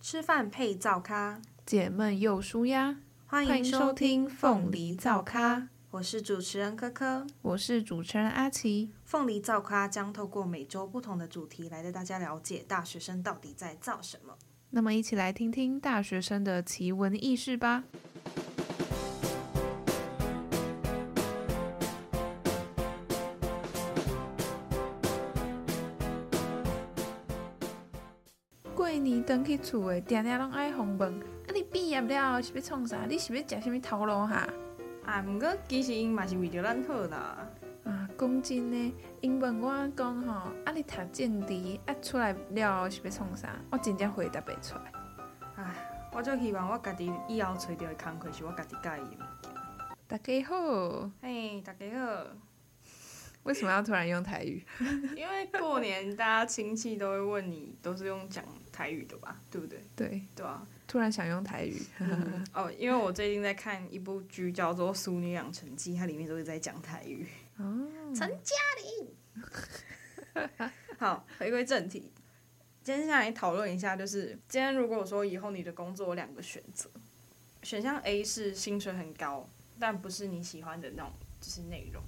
吃饭配灶咖，解闷又舒压。欢欢迎迎收收听听《凤梨造咖，我是主持人科科。我是主持人阿奇。凤梨造咖将透过每周不同的主题来带大家了解大学生到底在造什么。那么，一起来听听大学生的奇闻异事吧。过年回去厝的，定定拢爱红问，啊，你毕业了后是要创啥？你是要食啥物头路哈？啊，毋过其实因嘛是为着咱好啦。啊，讲真诶，因问我讲吼，啊，你读政治，啊，出来了后是要创啥？我真正回答袂出来。唉，我就希望我家己以后找到的工课是我家己喜欢的物件。大家好，嘿，大家好。为什么要突然用台语？ 因为过年大家亲戚都会问你，都是用讲台语的吧？对不对？对，对啊。突然想用台语。嗯哦，因为我最近在看一部剧叫做《淑女养成记》，它里面都是在讲台语。哦，陈嘉玲。 好，回归正题，今天下来讨论一下，就是今天如果说以后你的工作有两个选择，选项 A 是薪水很高，但不是你喜欢的那种，就是内容；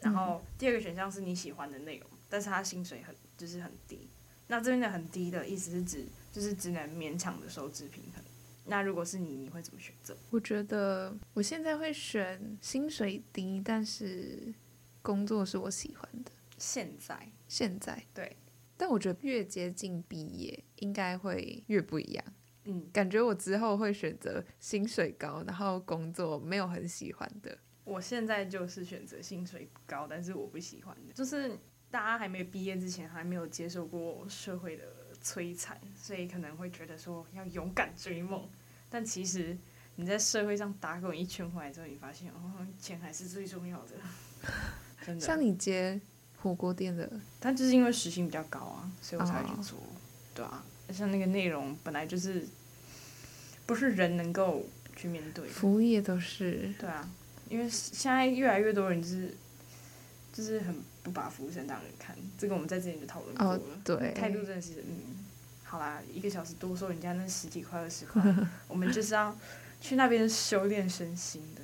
然后第二个选项是你喜欢的内容，但是它薪水很就是很低。那这边的很低的意思是指，就是只能勉强的收支平衡。那如果是你，你会怎么选择？我觉得我现在会选薪水低，但是工作是我喜欢的。现在现在对，但我觉得越接近毕业，应该会越不一样。嗯，感觉我之后会选择薪水高，然后工作没有很喜欢的。我现在就是选择薪水不高，但是我不喜欢的，就是大家还没毕业之前，还没有接受过社会的摧残，所以可能会觉得说要勇敢追梦，但其实你在社会上打滚一圈回来之后，你发现哦，钱还是最重要的， 真像的。你接火锅店的，但就是因为时薪比较高啊，所以我才会哦去做，对啊，像那个内容本来就是不是人能够去面对的。服务业都是对啊，因为现在越来越多人就是就是很不把服务生当人看，这个我们在之前就讨论过哦了。，对，态度真的是，嗯，好啦，一个小时多收人家那十几块二十 块，我们就是要去那边修炼身心的。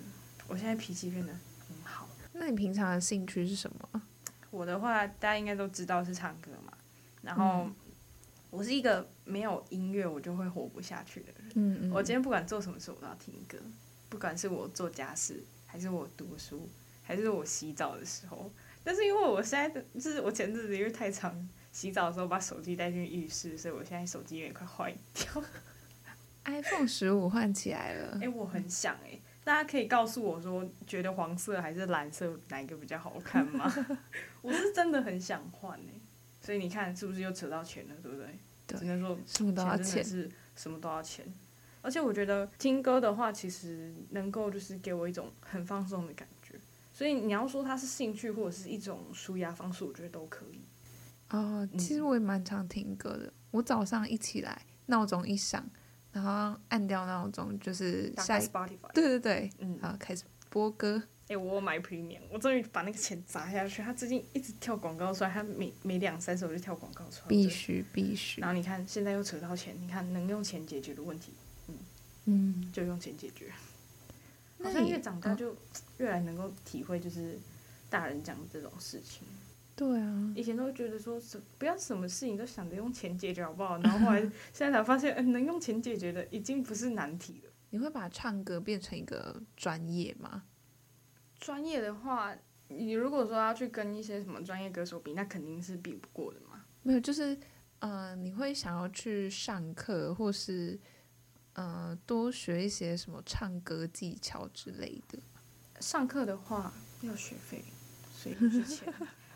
我现在脾气变得很好。那你平常的兴趣是什么？我的话，大家应该都知道是唱歌嘛，然后。嗯我是一个没有音乐我就会活不下去的人。嗯嗯，我今天不管做什么事，我都要听歌，不管是我做家事，还是我读书，还是我洗澡的时候。但是因为我现在的，就是我前阵子因为太常洗澡的时候把手机带进浴室，所以我现在手机有点快坏掉。 iPhone 十五换起来了哎、，我很想哎、大家可以告诉我说，觉得黄色还是蓝色哪一个比较好看吗？ 我是真的很想换哎、所以你看是不是又扯到钱了，对不对？对只能说什么都要真的钱。是什么都要钱。而且我觉得听歌的话，其实能够就是给我一种很放松的感觉。所以你要说它是兴趣或者是一种舒压方式，我觉得都可以。哦，嗯其实我也蛮常听歌的。我早上一起来，闹钟一响，然后按掉闹钟，就是打下开一， Spotify，对对对，嗯，哎、好开始播歌。我有买 Premium，我终于把那个钱砸下去。他最近一直跳广告出来，他每每两三首就跳广告出来。必须必须然，后你看，现在又扯到钱，你看能用钱解决的问题嗯，就用钱解决。那好像你越长大哦就越来能够体会，就是大人讲的这种事情。对啊，以前都会觉得说什不要什么事情都想着用钱解决好不好？然后 后来现在才发现，嗯、能用钱解决的已经不是难题了。你会把唱歌变成一个专业吗？专业的话，你如果说要去跟一些什么专业歌手比，那肯定是比不过的嘛。没有，就是，呃，你会想要去上课，或是，呃，多学一些什么唱歌技巧之类的。上课的话要学费，所以是 钱。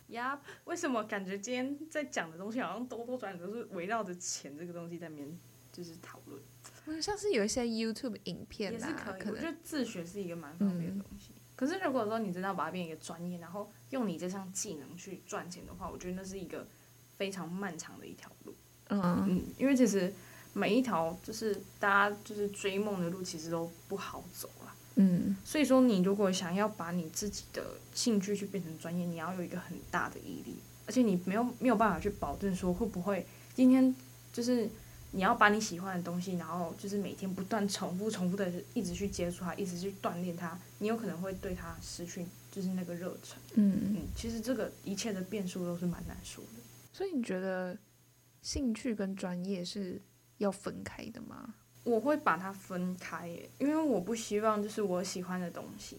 呀，为什么感觉今天在讲的东西好像兜兜转转都是围绕着钱这个东西在面就是讨论，没有，像是有一些 YouTube 影片也是啊，可以。可我觉能嗯得自学是一个蛮方便的东西。可是如果说你真的要把它变成一个专业，然后用你这项技能去赚钱的话，我觉得那是一个非常漫长的一条路。嗯，嗯，因为其实每一条就是大家就是追梦的路，其实都不好走啦。嗯，所以说，你如果想要把你自己的兴趣去变成专业，你要有一个很大的毅力，而且你没有没有办法去保证说会不会今天就是你要把你喜欢的东西，然后就是每天不断重复、重复的一直去接触它，一直去锻炼它，你有可能会对它失去就是那个热忱。嗯，嗯，其实这个一切的变数都是蛮难说的。所以你觉得兴趣跟专业是要分开的吗？我会把它分开耶，因为我不希望就是我喜欢的东西，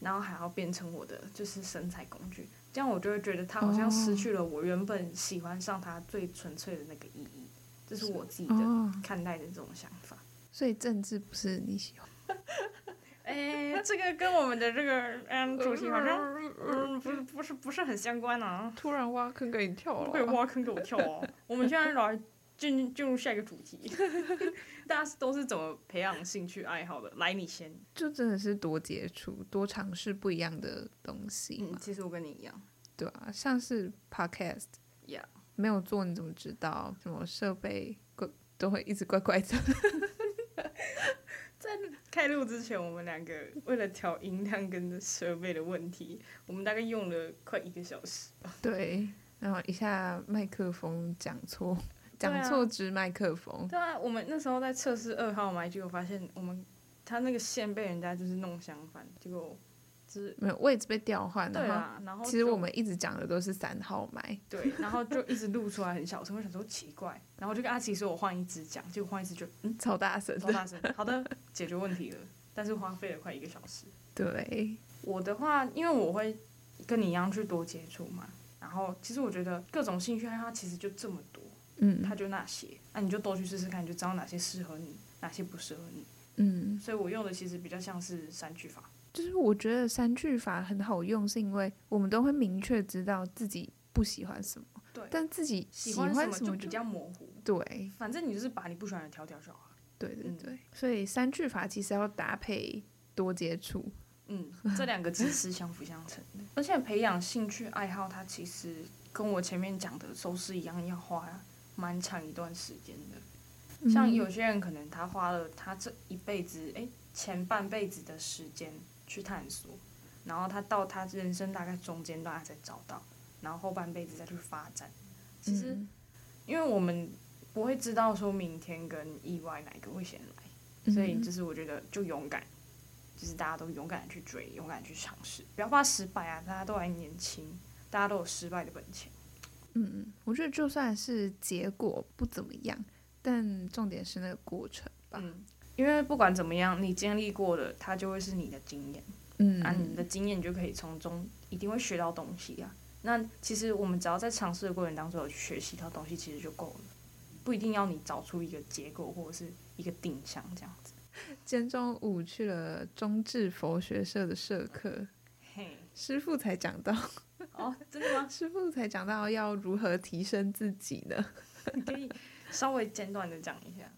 然后还要变成我的就是身材工具，这样我就会觉得它好像失去了我原本喜欢上它最纯粹的那个意义。这是我自己的哦，看待的这种想法。所以政治不是你喜 欢，哎，这个跟我们的这个嗯主题好像嗯不是不是不是很相关 啊， 突然挖坑给你跳会挖坑给我跳哦。 我们现在来进进入下一个主 题，大家都是怎么培养兴趣爱好的？来，你先。就真的是多接触、多尝试不一样的东西嗯嘛，，其实我跟你一样。对啊，像是 podcast， Yeah 没有做你怎么知道？什么设备怪都会一直 怪怪的，开录之前，我们两个为了调音量跟设备的问题，我们大概用了快一个小时。对，然后一下麦克风讲错，对啊讲错支麦克风，对啊，我们那时候在测试二号麦，结果发现我们它那个线被人家就是弄相反，结果就是没有位置被调换，对然后啊，然后其实就我们一直讲的都是三号麦，对，然后就一直录出来很小声， 我想说奇怪，然后我就跟阿奇说我换一支讲，结果换一支就嗯超大声超的，大声，好的，解决问题了，但是荒废了快一个小时。对，我的话，因为我会跟你一样去多接触嘛，然后其实我觉得各种兴趣爱好其实就这么多，它嗯就那些，那、你就多去试试看，你就知道哪些适合你，哪些不适合你。嗯，所以我用的其实比较像是三句法，就是我觉得三句法很好用，是因为我们都会明确知道自己不喜欢什么，对但自己喜欢欢什么什么就比较模糊，对。反正你就是把你不喜欢的挑掉就好了。对对嗯对，所以三句法其实要搭配多接触，嗯，这两个其实是相辅相成的。而且培养兴趣爱好，它其实跟我前面讲的收拾一样，要花蛮长一段时间的。像嗯有些人可能他花了他这一辈子，诶，前半辈子的时间去探索，然后他到他人生大概中间段他才找到，然后后半辈子再去发展。其实嗯因为我们不会知道说明天跟意外哪一个会先来。所嗯以就是我觉得就勇敢，就是大家都勇敢地去追，勇敢地去尝试，不要怕失败啊！大家都还年轻，大家都有失败的本钱。嗯，嗯我觉得就算是结果不怎么样，但重点是那个过程吧。嗯，因为不管怎么样，你经历过的，它就会是你的经验，嗯，啊，你的经验你就可以从中一定会学到东西啊。那其实我们只要在尝试的过程当中有学习到东西，其实就够了，不一定要你找出一个结果或者是一个定向这样子。今中午去了中智佛学社的社课，嘿，师傅才讲到， 哦，真的吗？师傅才讲到要如何提升自己呢？你可以稍微简短的讲一下。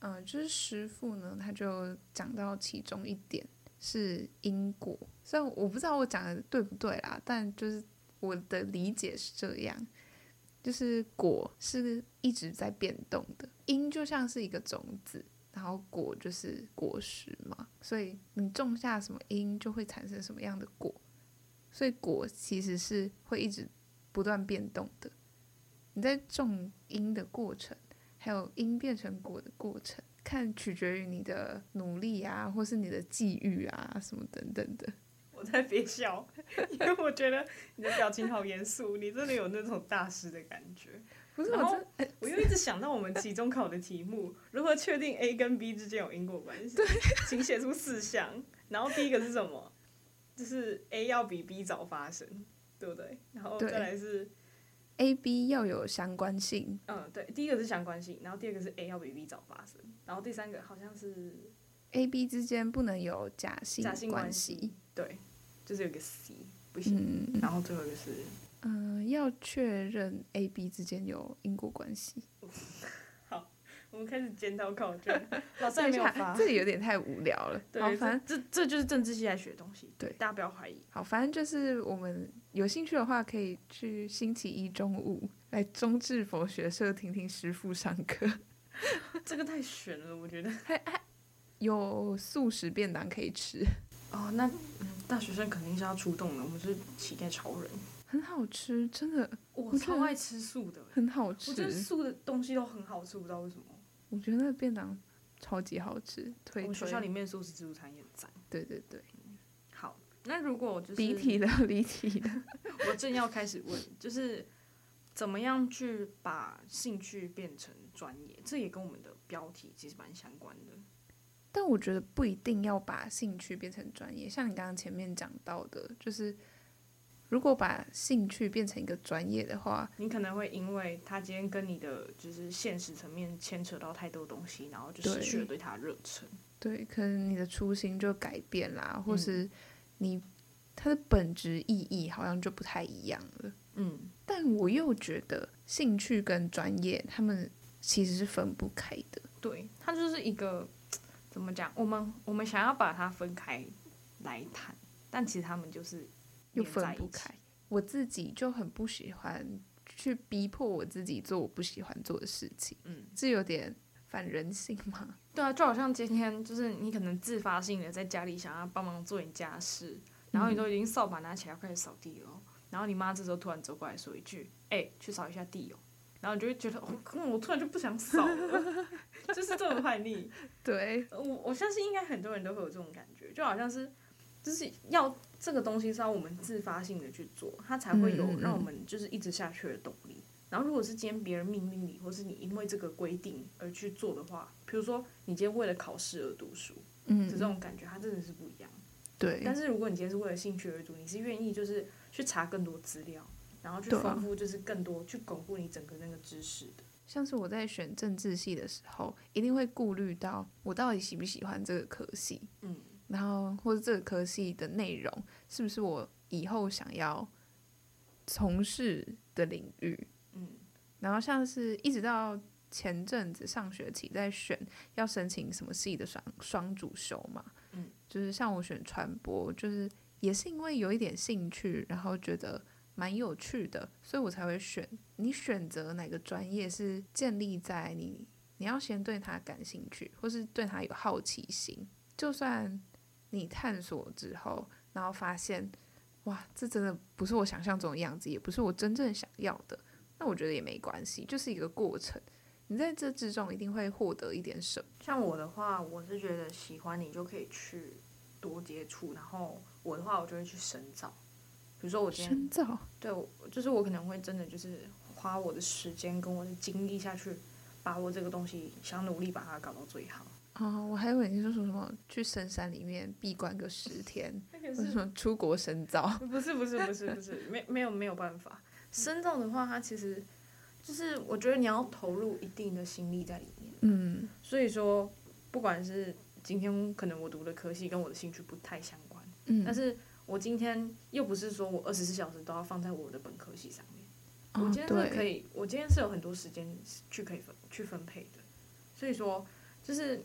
嗯、就是师傅呢，他就讲到其中一点是因果，虽然我不知道我讲的对不对啦，但就是我的理解是这样，就是果是一直在变动的，因就像是一个种子，然后果就是果实嘛，所以你种下什么因，就会产生什么样的果，所以果其实是会一直不断变动的。你在种因的过程。还有因变成果的过程，看取决于你的努力啊，或是你的际遇啊，什么等等的。我在憋笑，因为我觉得你的表情好严肃，你真的有那种大师的感觉。不是我然后真哎我又一直想到我们期中考的题目， 如何确定 A 跟 B 之间有因果关系？请写出四项。然后第一个是什么？就是 A 要比 B 早发生，对不对？然后对再来是， A、B 要有相关性，嗯，对，第一个是相关性，然后第二个是 A 要比 B 早发生，然后第三个好像是 A、B 之间不能有假性假性关关系，对，就是有一个 C 不行，嗯然后最后一个是嗯、呃要确认 A、B 之间有因果关系。我们开始检讨考 卷，老师还没有发。这里有点太无聊了。 对，好，这反正这这就是政治系来学的东西，对大家不要怀疑。好，反正就是我们有兴趣的话，可以去星期一中午来中智佛学社听听师傅上课。 这个太悬了，我觉得。有素食便当可以吃，哦，那嗯，大学生肯定是要出动的，我们是乞丐超人。很好吃，真的我我觉得超爱吃素的，欸很好我觉得吃。素的东西都很好吃，不知道为什么。我觉得那个便当超级好吃，推我哦们学推校里面素食自助餐也很赞。对对对，好，那如果我就是离题了， 离题了。我正要开始问，就是怎么样去把兴趣变成专业？这也跟我们的标题其实蛮相关的。但我觉得不一定要把兴趣变成专业，像你刚刚前面讲到的，就是如果把兴趣变成一个专业的话，你可能会因为他今天跟你的就是现实层面牵扯到太多东西，然后就失对去了对他的热忱。对，可能你的初心就改变啦，或嗯是你它的本质意义好像就不太一样了。嗯，但我又觉得兴趣跟专业他们其实是分不开的。对，他就是一个怎么讲？我们我们想要把它分开来谈，但其实他们就是又连在分一不起开。。我自己就很不喜欢去逼迫我自己做我不喜欢做的事情，嗯，这有点反人性嘛。对啊，就好像今天就是你可能自发性的在家里想要帮忙做你家事，然嗯后你都已经扫把拿起来要开始扫地了哦，然后你妈这时候突然走过来说一句：“哎、去扫一下地哦。”然后你就会觉得，哦，嗯我突然就不想扫了， 就是这种叛逆。 对，我我相信应该很多人都会有这种感觉，就好像是就是要这个东西是要我们自发性的去做，它才会嗯嗯有嗯让我们就是一直下去的动力。然后如果是今天别人命令你，或是你因为这个规定而去做的话，比如说你今天为了考试而读书，嗯这，种感觉它真的是不一样。对，但是如果你今天是为了兴趣而读，你是愿意就是去查更多资料，然后去对啊丰富就是更多去巩固你整个那个知识的。像是我在选政治系的时候，一定会顾虑到我到底喜不喜欢这个科系，嗯，然后或者这个科系的内容是不是我以后想要从事的领域，嗯，然后像是一直到前阵子上学期在选要申请什么系的双双主修嘛，嗯，就是像我选传播，就是也是因为有一点兴趣，然后觉得蛮有趣的，所以我才会选。你选择哪个专业是建立在你你要先对它感兴趣，或是对它有好奇心，就算你探索之后，然后发现。哇，这真的不是我想象中的样子，也不是我真正想要的。那我觉得也没关系，就是一个过程。你在这之中一定会获得一点什么。像我的话，我是觉得喜欢你就可以去多接触，然后我的话，我就会去深造。比如说我今天深造，对我，就是我可能会真的就是花我的时间跟我的精力下去，把握这个东西，想努力把它搞到最好。哦，我还以为你是说什么去深山里面闭关个十 天，那个或者什么出国深造。不是不是不是不是，没没有没有办法。深造的话，它其实就是我觉得你要投入一定的心力在里面。嗯，所以说，不管是今天可能我读的科系跟我的兴趣不太相关。嗯但是我今天又不是说我二十四小时都要放在我的本科系上面，我哦今天对是可以，我今天是有很多时间去可以分去分配的，所以说就是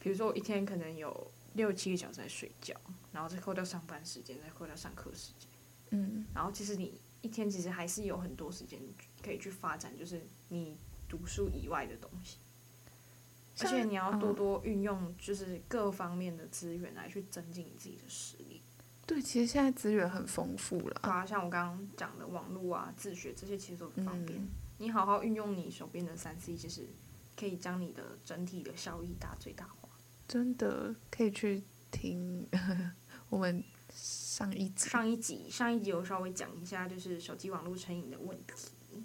比如说我一天可能有六七个小时在睡觉，然后再扣掉上班时间，再扣掉上课时间，嗯，然后其实你一天其实还是有很多时间可以去发展，就是你读书以外的东西。而像且你要多嗯多运用，就是各方面的资源来去增进你自己的实力。对，其实现在资源很丰富了。对啊，像我刚刚讲的网络啊、自学这些，其实都很方便。嗯，你好好运用你手边的三 C，就是可以将你的整体的效益大最大化。真的可以去听我们上一集。上一集上一集有稍微讲一下，就是手机网络成瘾的问题。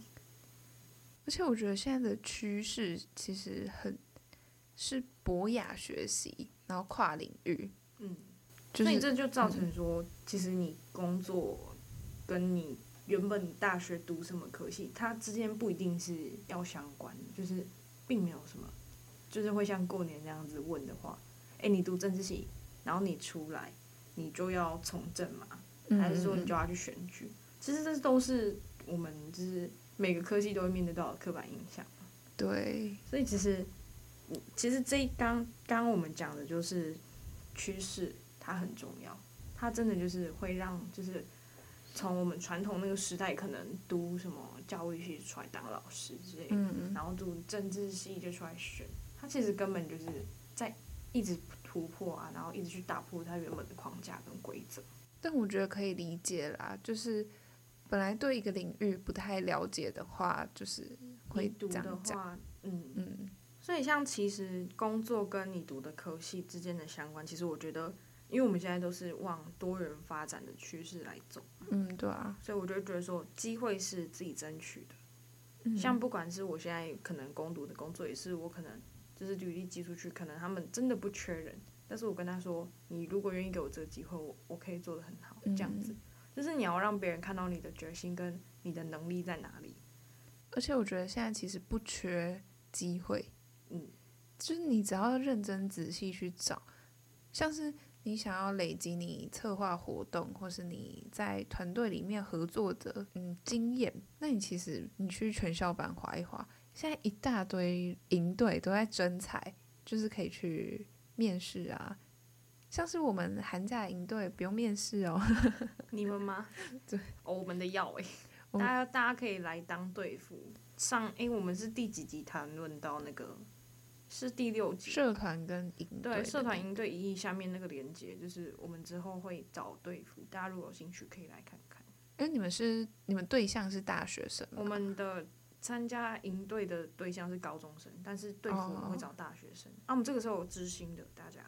而且我觉得现在的趋势其实很是博雅学习，然后跨领域，嗯，就所以是这就造成说，其实你工作跟你原本你大学读什么科系，它之间不一定是要相关的，就是并没有什么，就是会像过年那样子问的话，哎、你读政治系，然后你出来，你就要从政嘛，嗯还是说你就要去选举？其实这都是我们就是每个科系都会面对到的刻板印象。对，所以其实，嗯其实这一刚刚我们讲的就是趋势，它很重要，它真的就是会让就是从我们传统那个时代，可能读什么教育系出来当老师之类的，嗯然后读政治系就出来选，它其实根本就是在一直突破啊，然后一直去打破它原本的框架跟规则。但我觉得可以理解啦，就是本来对一个领域不太了解的话，就是会你读这的样讲，话，嗯，嗯，所以像其实工作跟你读的科系之间的相关，其实我觉得，因为我们现在都是往多元发展的趋势来走，嗯，对啊，所以我就会觉得说，机会是自己争取的。嗯像不管是我现在可能攻读的工作，也是我可能就是履历寄出去，可能他们真的不缺人，但是我跟他说，你如果愿意给我这个机会，我我可以做的很好，这样子，就是你要让别人看到你的决心跟你的能力在哪里。而且我觉得现在其实不缺机会，嗯，就是你只要认真仔细去找，像是你想要累积你策划活动，或是你在团队里面合作的嗯经验，那你其实你去全校班划一划，现在一大堆营队都在征才，就是可以去面试啊。像是我们寒假营队不用面试哦， 你们吗？对哦，我们的药哎、我大家们大家可以来当队服。上哎、我们是第几集谈论到那个是第六集？社团跟营队对，的社团营队一亿下面那个连接，就是我们之后会找队服，大家如果有兴趣可以来看看。因为你们是你们对象是大学生嘛，我们的参加营队的对象是高中生，但是队服我们会哦找大学生。啊，我们这个时候有知心的大家。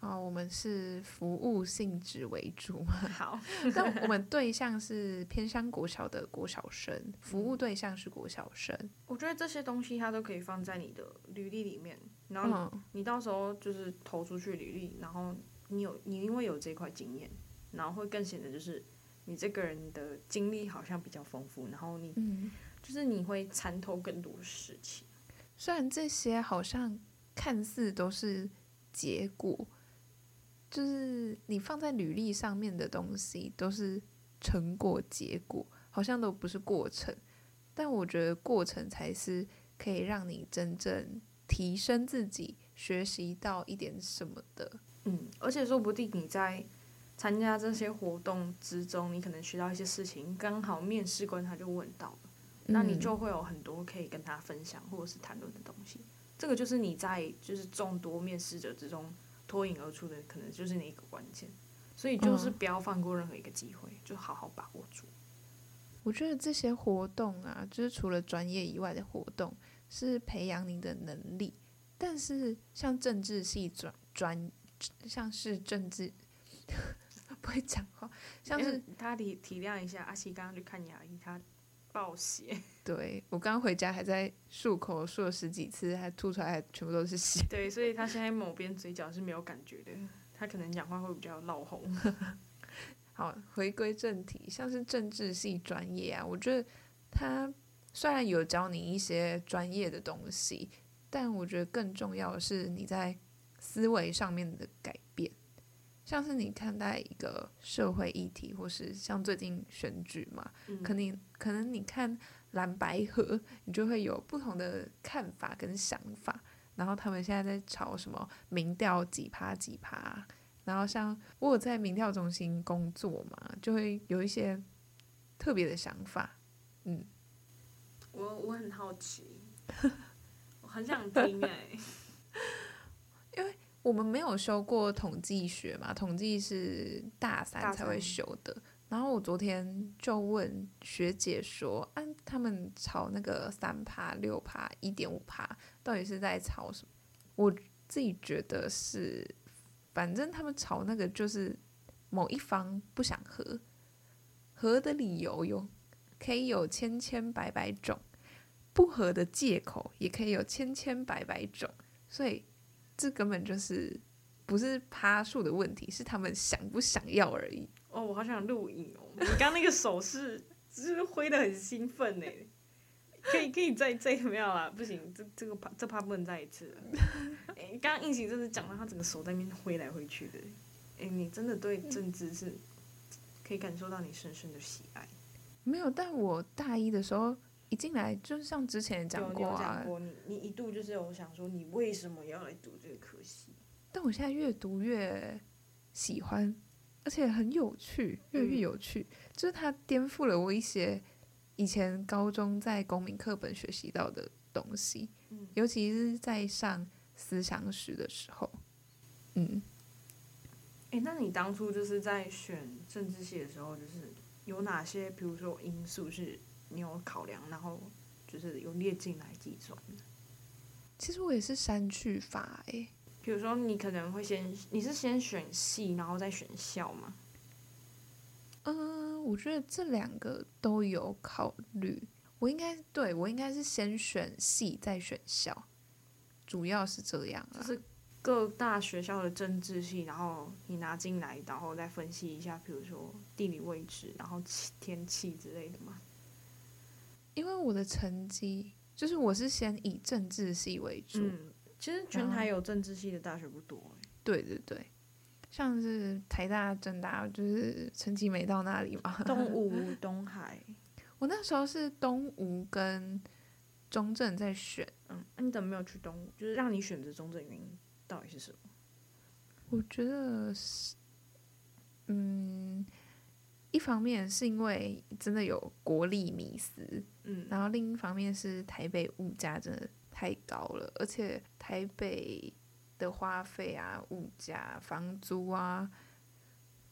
啊、我们是服务性质为主 嘛，好，但我们对象是偏乡国小的国小生，服务对象是国小生。我觉得这些东西它都可以放在你的履历里面，然后你嗯，你到时候就是投出去履历，然后你有你因为有这块经验，然后会更显得就是你这个人的经历好像比较丰富，然后你就是你会参透更多的事情。虽然这些好像看似都是结果，就是你放在履历上面的东西都是成果、结果，好像都不是过程。但我觉得过程才是可以让你真正提升自己、学习到一点什么的。嗯，而且说不定你在参加这些活动之中，你可能学到一些事情，刚好面试官他就问到了，那你嗯就会有很多可以跟他分享或者是谈论的东西。这个就是你在就是众多面试者之中脱颖而出的，可能就是那一个关键。所以就是嗯不要放过任何一个机会，就好好把握住。我觉得这些活动啊，就是除了专业以外的活动，是培养你的能力。但是像政治系专专，像是政治不会讲话，像但是、是他体体谅一下，阿西刚刚去看牙医，他爆血。 对我刚回家还在漱口漱了十几次，还吐出来，还全部都是血。对，所以他现在某边嘴角是没有感觉的，他可能讲话会比较闹红。好，回归正题，像是政治系专业啊，我觉得它虽然有教你一些专业的东西，但我觉得更重要的是你在思维上面的改变，像是你看待一个社会议题，或是像最近选举嘛，嗯可能可能你看蓝白河，你就会有不同的看法跟想法。然后他们现在在吵什么民调几趴几趴，然后像我有在民调中心工作嘛，就会有一些特别的想法。我我很好奇，我很想听哎、我们没有修过统计学嘛，统计是大三大才会三修的。然后我昨天就问学姐说，啊，他们炒那个三趴、六趴、一点五趴，到底是在炒什么？我自己觉得是，反正他们炒那个就是某一方不想和，和的理由有可以有千千百百种，不和的借口也可以有千千百百种，所以这根本就是不是趴数的问题，是他们想不想要而已。哦，我好想录影哦！你刚那个手势就是挥的很兴奋呢、可以可以再再没有啦，不行，这这个趴这趴不能再一次了。哎、刚刚应景真的讲到他整个手在那边挥来挥去的、哎、你真的嗯对政治是可以感受到你深深的喜爱。没有，但我大一的时候一进来，就像之前也讲有过你有啊讲，过，你你一度就是有想说你为什么要来读这个科系？但我现在越读越喜欢，而且很有趣，越来越嗯有趣。就是它颠覆了我一些以前高中在公民课本学习到的东西，嗯尤其是在上思想史的时候。嗯，哎、那你当初就是在选政治系的时候，就是有哪些，比如说因素是你有考量，然后就是有列进来计算的？其实我也是删去法欸诶、比如说，你可能会先，你是先选系，然后再选校吗？嗯、我觉得这两个都有考虑。我应该对我应该是先选系再选校，主要是这样啦。就是各大学校的政治系，然后你拿进来，然后再分析一下，比如说地理位置，然后气天气之类的嘛。因为我的成绩就是我是先以政治系为主，嗯，其实全台有政治系的大学不多、欸对对对，像是台大、政大，就是成绩没到那里嘛。东 吴、东海，我那时候是东吴跟中正在选，嗯，那你怎么没有去东吴？就是让你选择中正原因到底是什么？我觉得是，嗯，一方面是因为真的有国力迷思，嗯，然后另一方面是台北物价真的太高了，而且台北的花费啊、物价、房租啊，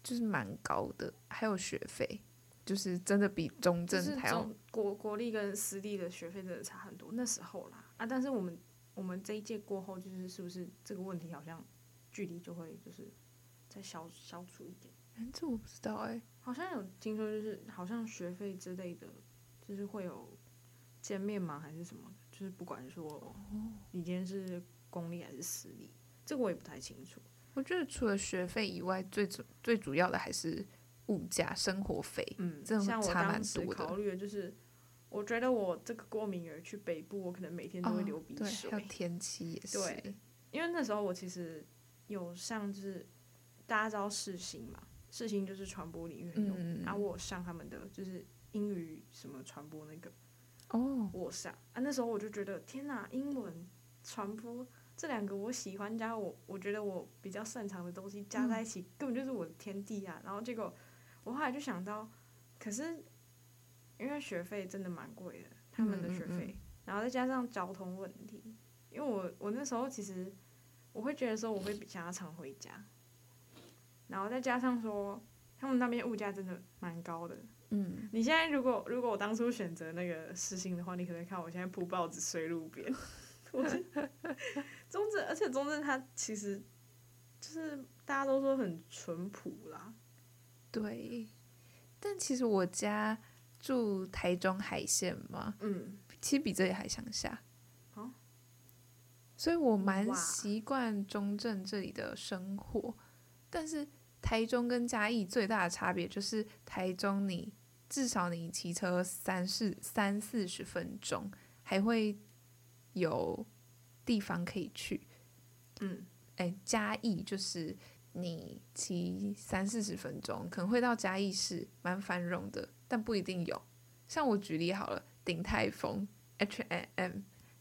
就是蛮高的，还有学费，就是真的比中就正是还要中国国立跟私立的学费真的差很多，那时候啦啊，但是我们我们这一届过后，就是是不是这个问题好像距离就会就是再消消除一点？哎这我不知道哎、好像有听说，就是好像学费之类的，就是会有见面吗？还是什么的？就是不管说你今天是公立还是私立，这个我也不太清楚。我觉得除了学费以外，最主最主要的还是物价、生活费。嗯，这种像我差蛮当时多的考虑的就是，我觉得我这个过敏源去北部，我可能每天嗯都会流鼻哦对，水。还有天气也是。对因为那时候我其实有上就是大家知道世新嘛，世新就是传播领域很有名，嗯然后、我有上他们的就是英语什么传播那个，哦，我上啊那时候我就觉得天哪，英文传播这两个我喜欢加我我觉得我比较擅长的东西加嗯在一起，根本就是我的天地啊。然后结果我后来就想到，可是因为学费真的蛮贵的，他们的嗯嗯学嗯费，然后再加上交通问题，因为我我那时候其实我会觉得说我会比想要常回家，然后再加上说他们那边物价真的蛮高的。嗯，你现在如果如果我当初选择那个私信的话，你可能看我现在铺报纸睡路边。我是中正，而且中正它其实就是大家都说很淳朴啦，对。但其实我家住台中海线嘛，嗯，其实比这里还乡下。哦。所以我蛮哇习惯中正这里的生活，但是台中跟嘉义最大的差别就是台中你至少你骑车三四三四十分钟，还会有地方可以去。嗯，哎，嘉义就是你骑三四十分钟，可能会到嘉义市，蛮繁荣的，但不一定有。像我举例好了，鼎泰丰、H&M、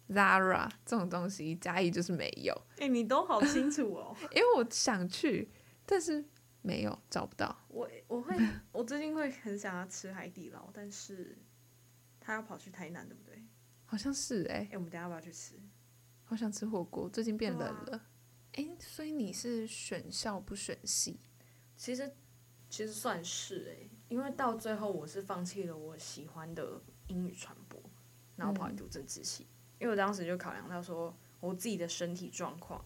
Zara 这种东西，嘉义就是没有，哎、你都好清楚哦。因为我想去，但是没有找不到。 我我 会，我最近会很想要吃海底捞，但是他要跑去台南，对不对？好像是哎、哎、我们等一下要不要去吃？好想吃火锅，最近变冷对啊了。哎、所以你是选校不选系？其实其实算是诶、因为到最后我是放弃了我喜欢的英语传播，然后跑来读政治系，因为我当时就考量到说我自己的身体状况，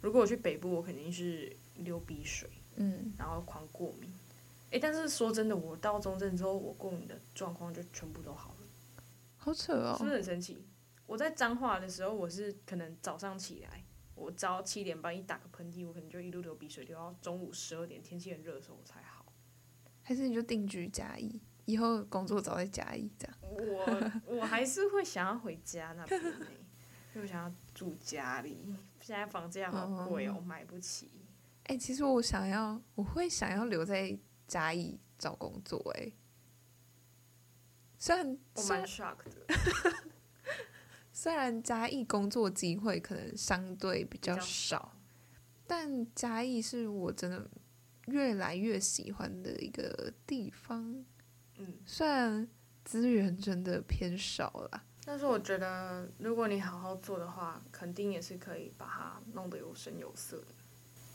如果我去北部，我肯定是流鼻水，嗯，然后狂过敏。诶、但是说真的，我到中正之后，我过敏的状况就全部都好了。好扯哦是不。是很神奇？我在彰化的时候，我是可能早上起来，我早七点半一打个喷嚏，我可能就一路流鼻水，流到中午十二点，天气很热的时候我才好。还是你就定居嘉义，以后工作找在嘉义这样。我我还是会想要回家那边、 欸，因为我想要住家里。现在房价好贵哦、买不起。哎、其实我想要，我会想要留在嘉义找工作、哎，虽然我虽蛮然 shock 的，虽然嘉义工作机会可能相对比较较少，但嘉义是我真的越来越喜欢的一个地方。嗯，虽然资源真的偏少啦，但是我觉得如果你好好做的话，肯定也是可以把它弄得有声有色的。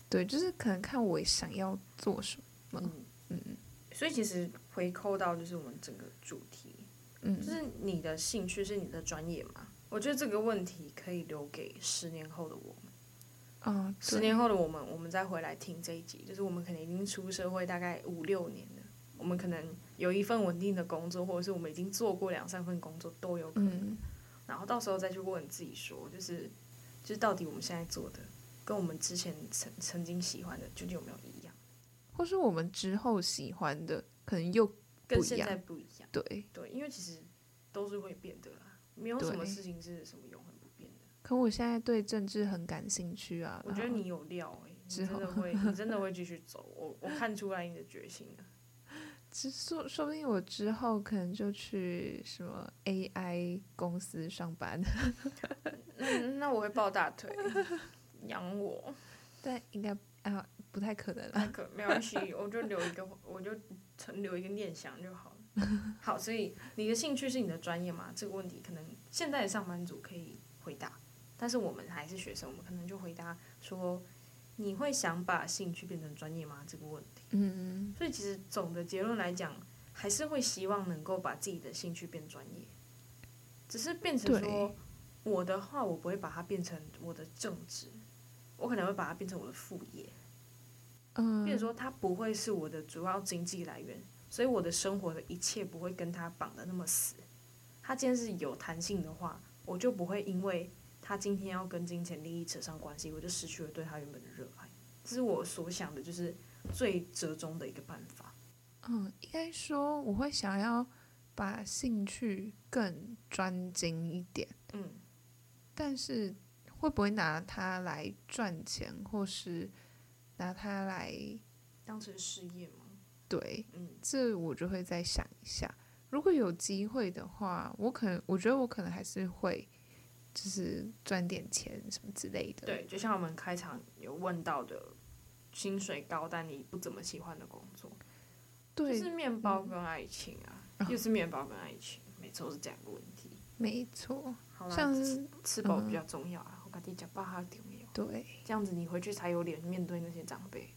对，就是可能看我想要做什么。嗯嗯所以其实回扣到就是我们整个主题，嗯，就是你的兴趣是你的专业嘛，我觉得这个问题可以留给十年后的我们。哦，十年后的我们，我们再回来听这一集，就是我们可能已经出社会大概五六年了，我们可能有一份稳定的工作，或者是我们已经做过两三份工作都有可能。嗯，然后到时候再去问自己说，就是就是到底我们现在做的跟我们之前曾曾经喜欢的究竟有没有一样，或是我们之后喜欢的，可能又跟不一现样在不一样。对。对，因为其实都是会变的啦，没有什么对事情是什么永恒不变的。可我现在对政治很感兴趣啊，我觉得你有料哎、你之真后的会，你真的会继续走，我我看出来你的决心了。之说说不定我之后可能就去什么 AI 公司上班，那 嗯那我会抱大腿，养我，但应该啊不太可能那了。可没关系，我就留一个，我就存留一个念想就好了。 好，所以你的兴趣是你的专业嘛？这个问题可能现在的上班族可以回答，但是我们还是学生，我们可能就回答说，你会想把兴趣变成专业吗？这个问题。嗯，所以其实总的结论来讲，还是会希望能够把自己的兴趣变专业，只是变成说对，我的话我不会把它变成我的正职，我可能会把它变成我的副业，嗯，比如说它不会是我的主要经济来源，所以我的生活的一切不会跟它绑得那么死。它既然是有弹性的话，我就不会因为它今天要跟金钱利益扯上关系，我就失去了对它原本的热爱。这是我所想的，就是最折中的一个办法。嗯，应该说我会想要把兴趣更专精一点，嗯，但是会不会拿它来赚钱，或是拿它来当成事业吗？对，嗯，这我就会再想一下。如果有机会的话，我可能我觉得我可能还是会就是赚点钱什么之类的。，对，就像我们开场有问到的，薪水高但你不怎么喜欢的工作，就对，是面包跟爱情嗯啊，又是面包跟爱情，每次都是这两个问题。没错，好啦，像吃是吃饱嗯比较重要啊，我跟你讲，爸还重要，对，这样子你回去才有脸面对那些长辈。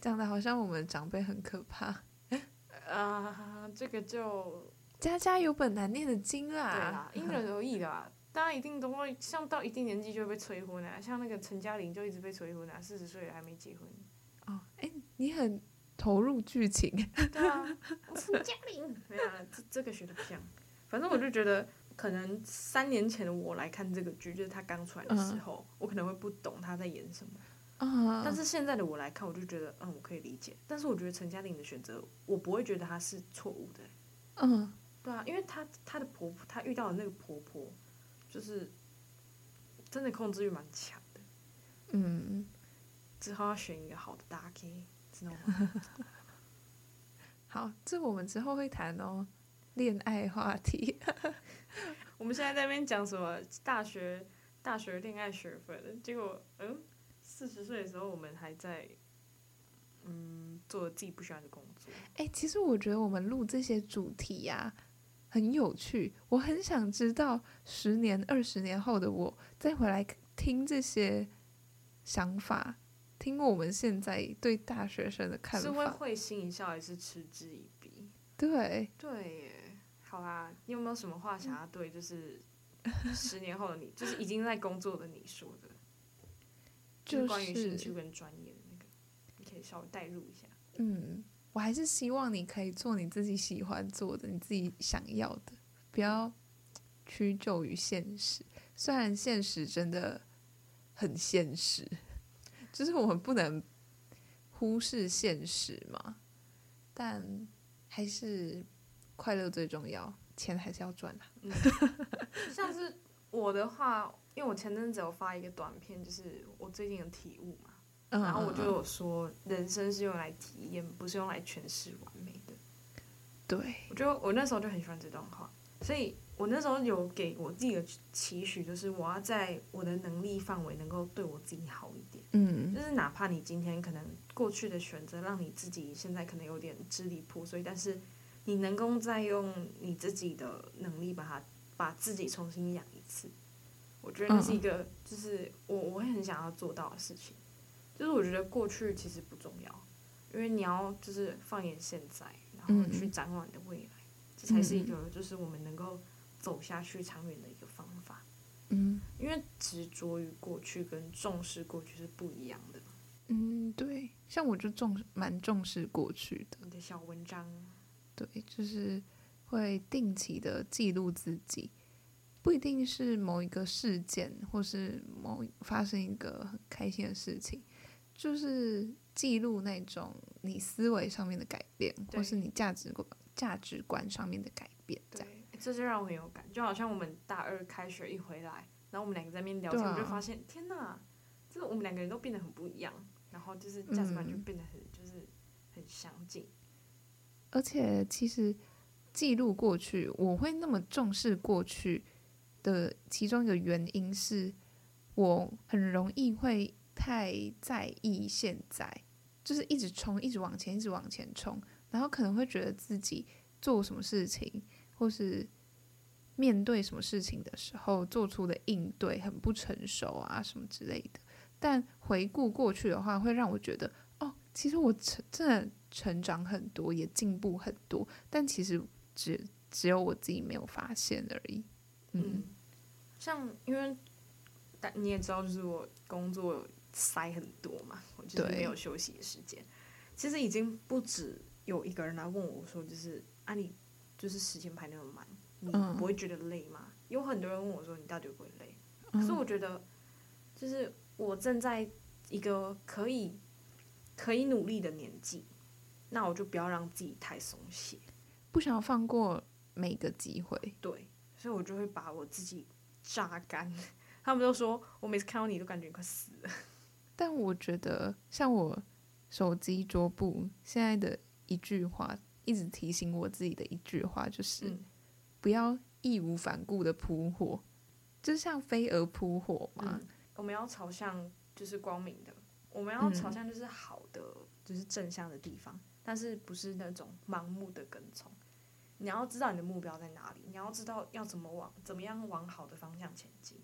讲的好像我们长辈很可怕。啊、这个就家家有本难念的经对啦，啦，因人而异啦。大家一定都会，像到一定年纪就会被催婚啊，像那个陈嘉玲就一直被催婚啊，四十岁了还没结婚。哦，哎，你很投入剧情，对啊，陈嘉玲，没有啊，这这个学的不像。反正我就觉得，可能三年前的我来看这个剧，就是他刚出来的时候，我可能会不懂他在演什么。啊、但是现在的我来看，我就觉得，嗯，我可以理解。但是我觉得陈嘉玲的选择，我不会觉得她是错误的、欸嗯，对啊，因为她她的婆婆，她遇到的那个婆婆，就是真的控制欲蛮强的。嗯，之后要选一个好的大 K，知道吗？ 好，这我们之后会谈哦，恋爱话题。我们现在在那边讲什么大学大学恋爱学分，结果嗯，四十岁的时候我们还在嗯做自己不喜欢的工作。哎、其实我觉得我们录这些主题呀、很有趣，我很想知道十年、二十年后的我再回来听这些想法，听我们现在对大学生的看是会法。会心一笑，还是嗤之以鼻？对，对耶，好啦，你有没有什么话想要对就是十年后的你，就是已经在工作的你说的，就是关于兴趣跟专业的那个，你可以稍微带入一下。嗯，我还是希望你可以做你自己喜欢做的，你自己想要的，不要屈就于现实。虽然现实真的很现实， 就是我们不能忽视现实嘛，但还是快乐最重要，钱还是要赚啊啦、像是我的话，因为我前阵子有发一个短片，就是我最近的体悟嘛，嗯，然后我就嗯嗯有说，人生是用来体验，不是用来诠释完美的。对，我就我那时候就很喜欢这段话，所以我那时候有给我自己的期许，就是我要在我的能力范围能够对我自己好一点。嗯就是哪怕你今天可能过去的选择让你自己现在可能有点支离破碎，但是你能够再用你自己的能力把它把自己重新养一次，我觉得那是一嗯个就是我我会很想要做到的事情。就是我觉得过去其实不重要，因为你要就是放眼现在，然后去嗯展望你的未来，这才是一嗯个就是我们能够走下去长远的一个方法。嗯因为执着于过去跟重视过去是不一样的。嗯，对，像我就重蛮重视过去的，你的小文章，对，就是会定期的记录自己，不一定是某一个事件，或是某一发生一个很开心的事情，就是记录那种你思维上面的改变，嗯或对是你价值观价值观上面的改变，这样。对，这就让我很有感，就好像我们大二开学一回来，然后我们两个在那边聊天，对啊我就发现天哪，这我们两个人都变得很不一样，然后就是价值观就嗯变得很、就是很相近。而且其实记录过去，我会那么重视过去的其中一个原因是，我很容易会太在意现在，就是一直冲，一直往前，一直往前冲，然后可能会觉得自己做什么事情，或是面对什么事情的时候做出的应对很不成熟啊，什么之类的。但回顾过去的话，会让我觉得，哦，其实我成真的成长很多，也进步很多，但其实只只有我自己没有发现而已。嗯嗯，像因为但你也知道，就是我工作塞很多嘛，我就是对没有休息的时间。其实已经不止有一个人来问我说，就是啊你就是时间排那么满，你嗯不会觉得累吗？有很多人问我说，你到底会不会累？嗯可是我觉得，就是我正在一个可以可以努力的年纪，那我就不要让自己太松懈。不想要放过每个机会，对，所以我就会把我自己榨干。 他们都说我每次看到你都感觉你快死了。但我觉得像我手机桌布现在的一句话，一直提醒我自己的一句话就是。嗯不要义无反顾的扑火，就像飞蛾扑火嘛。嗯，我们要朝向就是光明的，我们要朝嗯向就是好的，就是正向的地方，但是不是那种盲目的跟从。你要知道你的目标在哪里，你要知道要怎么往怎么样往好的方向前进。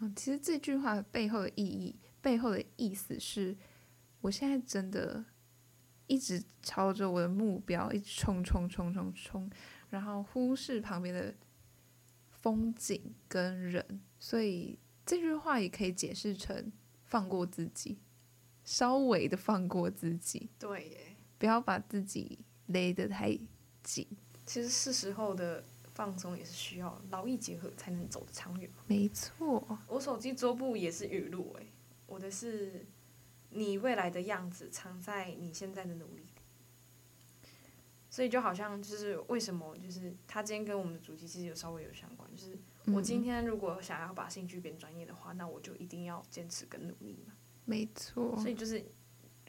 嗯其实这句话背后的意义，背后的意思是，我现在真的一直朝着我的目标一直冲冲冲冲冲，然后忽视旁边的风景跟人，所以这句话也可以解释成放过自己，稍微的放过自己，对耶，不要把自己勒得太紧。其实是时候的放松也是需要劳逸结合才能走得长远。没错，我手机桌布也是语录诶、我的是你未来的样子藏在你现在的努力里。所以就好像就是为什么就是他今天跟我们的主题其实有稍微有相关，就是我今嗯天如果想要把兴趣变专业的话，那我就一定要坚持跟努力嘛。嗯没错，所以就是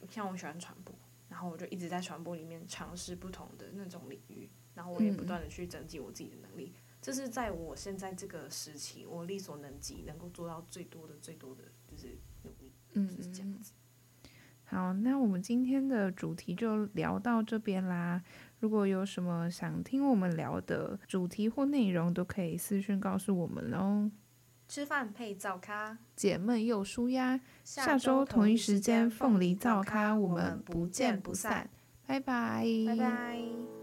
像我喜欢传播，然后我就一直在传播里面尝试不同的那种领域，然后我也不嗯断的去增进我自己的能力。这是在我现在这个时期，我力所能及能够做到最多的、最多的就是努力，嗯就是这样子。好，那我们今天的主题就聊到这边啦。如果有什么想听我们聊的主题或内容，都可以私讯告诉我们哦。吃饭配早咖，姐妹又舒压，下周同一时间凤梨造咖，我们不见不散，拜拜，拜拜。